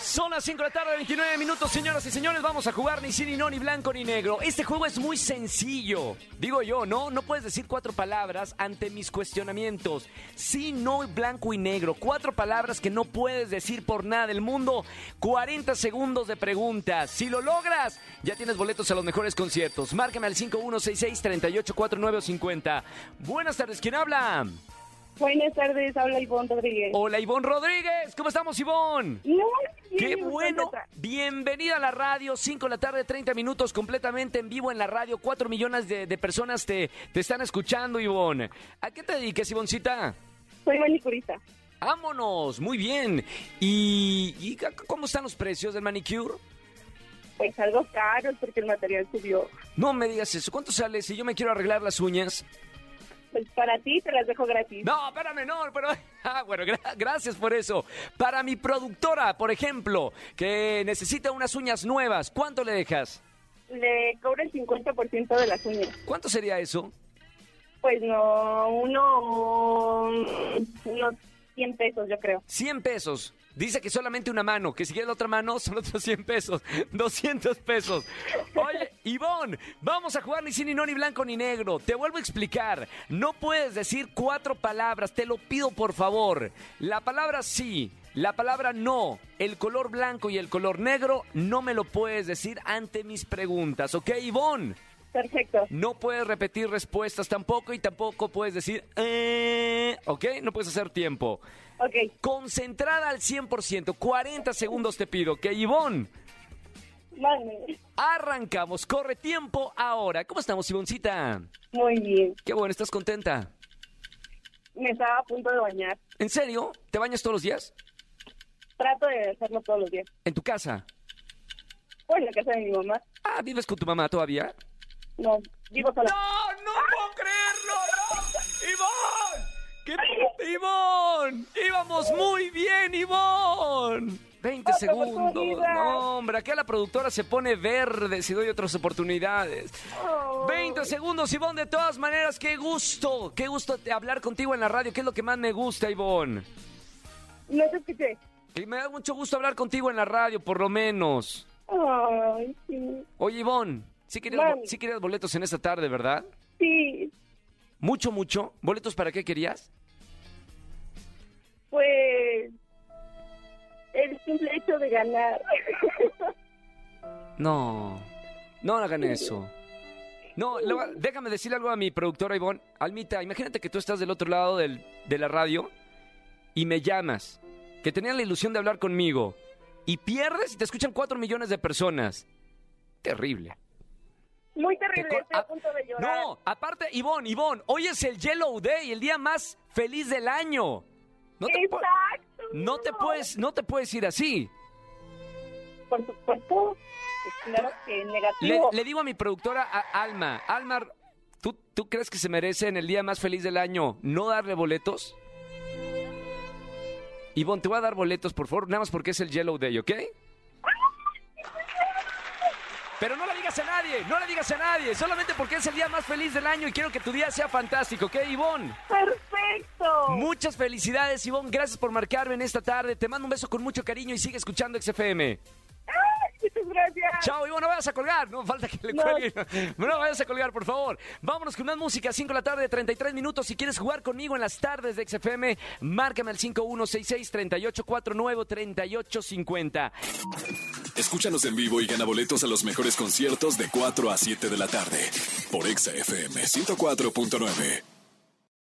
Son las 5 de la tarde, 29 minutos, señoras y señores. Vamos a jugar ni sí, ni no, ni blanco, ni negro. Este juego es muy sencillo. Digo yo, ¿no? No puedes decir cuatro palabras ante mis cuestionamientos. Sí, no, blanco y negro. Cuatro palabras que no puedes decir por nada del mundo. 40 segundos de preguntas. Si lo logras, ya tienes boletos a los mejores conciertos. Márcame al 5166-384950. Buenas tardes, ¿quién habla? Buenas tardes, habla Ivonne Rodríguez. Hola, Ivonne Rodríguez. ¿Cómo estamos, Ivonne? No, Qué bien, bueno. contenta. Bienvenida a la radio, 5 de la tarde, 30 minutos completamente en vivo en la radio. 4 millones de, de personas te, te están escuchando, Ivonne. ¿A qué te dedicas, Ivoncita? Soy manicurista. Vámonos, muy bien. ¿Y, y ca- cómo están los precios del manicure? Pues algo caro porque el material subió. No me digas eso. ¿Cuánto sale si yo me quiero arreglar las uñas? Pues para ti te las dejo gratis. No, espérame, no, pero. Ah, bueno, gra- gracias por eso. Para mi productora, por ejemplo, que necesita unas uñas nuevas, ¿cuánto le dejas? Le cobro el 50% de las uñas. ¿Cuánto sería eso? Pues no, uno, unos 100 pesos yo creo. 100 pesos. Dice que solamente una mano, que si quieres la otra mano son otros 100 pesos, 200 pesos. Oye, Ivonne, vamos a jugar ni sí, ni no, ni blanco, ni negro. Te vuelvo a explicar. No puedes decir cuatro palabras, te lo pido por favor. La palabra sí, la palabra no, el color blanco y el color negro no me lo puedes decir ante mis preguntas, ¿ok, Ivonne? Perfecto. No puedes repetir respuestas tampoco y tampoco puedes decir, eh, ¿ok? No puedes hacer tiempo Ok, concentrada al 100%. 40 segundos te pido. Que Ivonne, vale. arrancamos. Corre tiempo ahora. ¿Cómo estamos, Ivoncita? Muy bien. Qué bueno, ¿estás contenta? Me estaba a punto de bañar. ¿En serio? ¿Te bañas todos los días? Trato de hacerlo todos los días. ¿En tu casa? Por la casa de mi mamá. Ah, ¿vives con tu mamá todavía? No, vivo sola. ¡No puedo creerlo! ¡No! ¡Ivonne! ¡Qué... ¡Ivonne! ¡Íbamos muy bien, Ivonne! 20 Otra segundos. oportunidad. No, hombre, acá la productora se pone verde si doy otras oportunidades. Oh. 20 segundos, Ivonne. De todas maneras, qué gusto. Qué gusto te- hablar contigo en la radio. ¿Qué es lo que más me gusta, Ivonne? No te escuché. Que me da mucho gusto hablar contigo en la radio, por lo menos. Ay, sí. Oye, Ivonne, si querías, Mande. bo- sí querías boletos en esta tarde, ¿verdad? Sí, Mucho, mucho. ¿Boletos para qué querías? Pues el simple hecho de ganar. No, no hagan eso. No, le voy a- déjame decirle algo a mi productora Ivonne. Almita, imagínate que tú estás del otro lado del- de la radio y me llamas, que tenías la ilusión de hablar conmigo y pierdes y te escuchan cuatro millones de personas. Terrible. Muy Te terrible, co- estoy a, ah, punto de llorar. no, aparte, Ivonne, Ivonne, hoy es el Yellow Day, el día más feliz del año. No te, pu- Exacto. no te puedes, no te puedes ir así. Por supuesto, claro que Le, negativo. le digo a mi productora a Alma, Alma, ¿tú, ¿tú crees que se merece en el día más feliz del año no darle boletos? Ivonne, te voy a dar boletos, por favor, nada más porque es el Yellow Day, ¿ok? Pero no le digas a nadie, no le digas a nadie, solamente porque es el día más feliz del año y quiero que tu día sea fantástico, ¿ok, Ivonne? Perfecto. Muchas felicidades, Ivonne, gracias por marcarme en esta tarde, te mando un beso con mucho cariño y sigue escuchando XFM. Ah, Muchas gracias. Chao, Ivonne, no vayas a colgar. No falta que le No. cuelguen. No. vayas a colgar, por favor. Vámonos con más música. 5 de la tarde, 33 minutos. Si quieres jugar conmigo en las tardes de XFM, márcame al 5166-3849-3850. Escúchanos en vivo y gana boletos a los mejores conciertos de 4 a 7 de la tarde. Por Exa FM 104.9.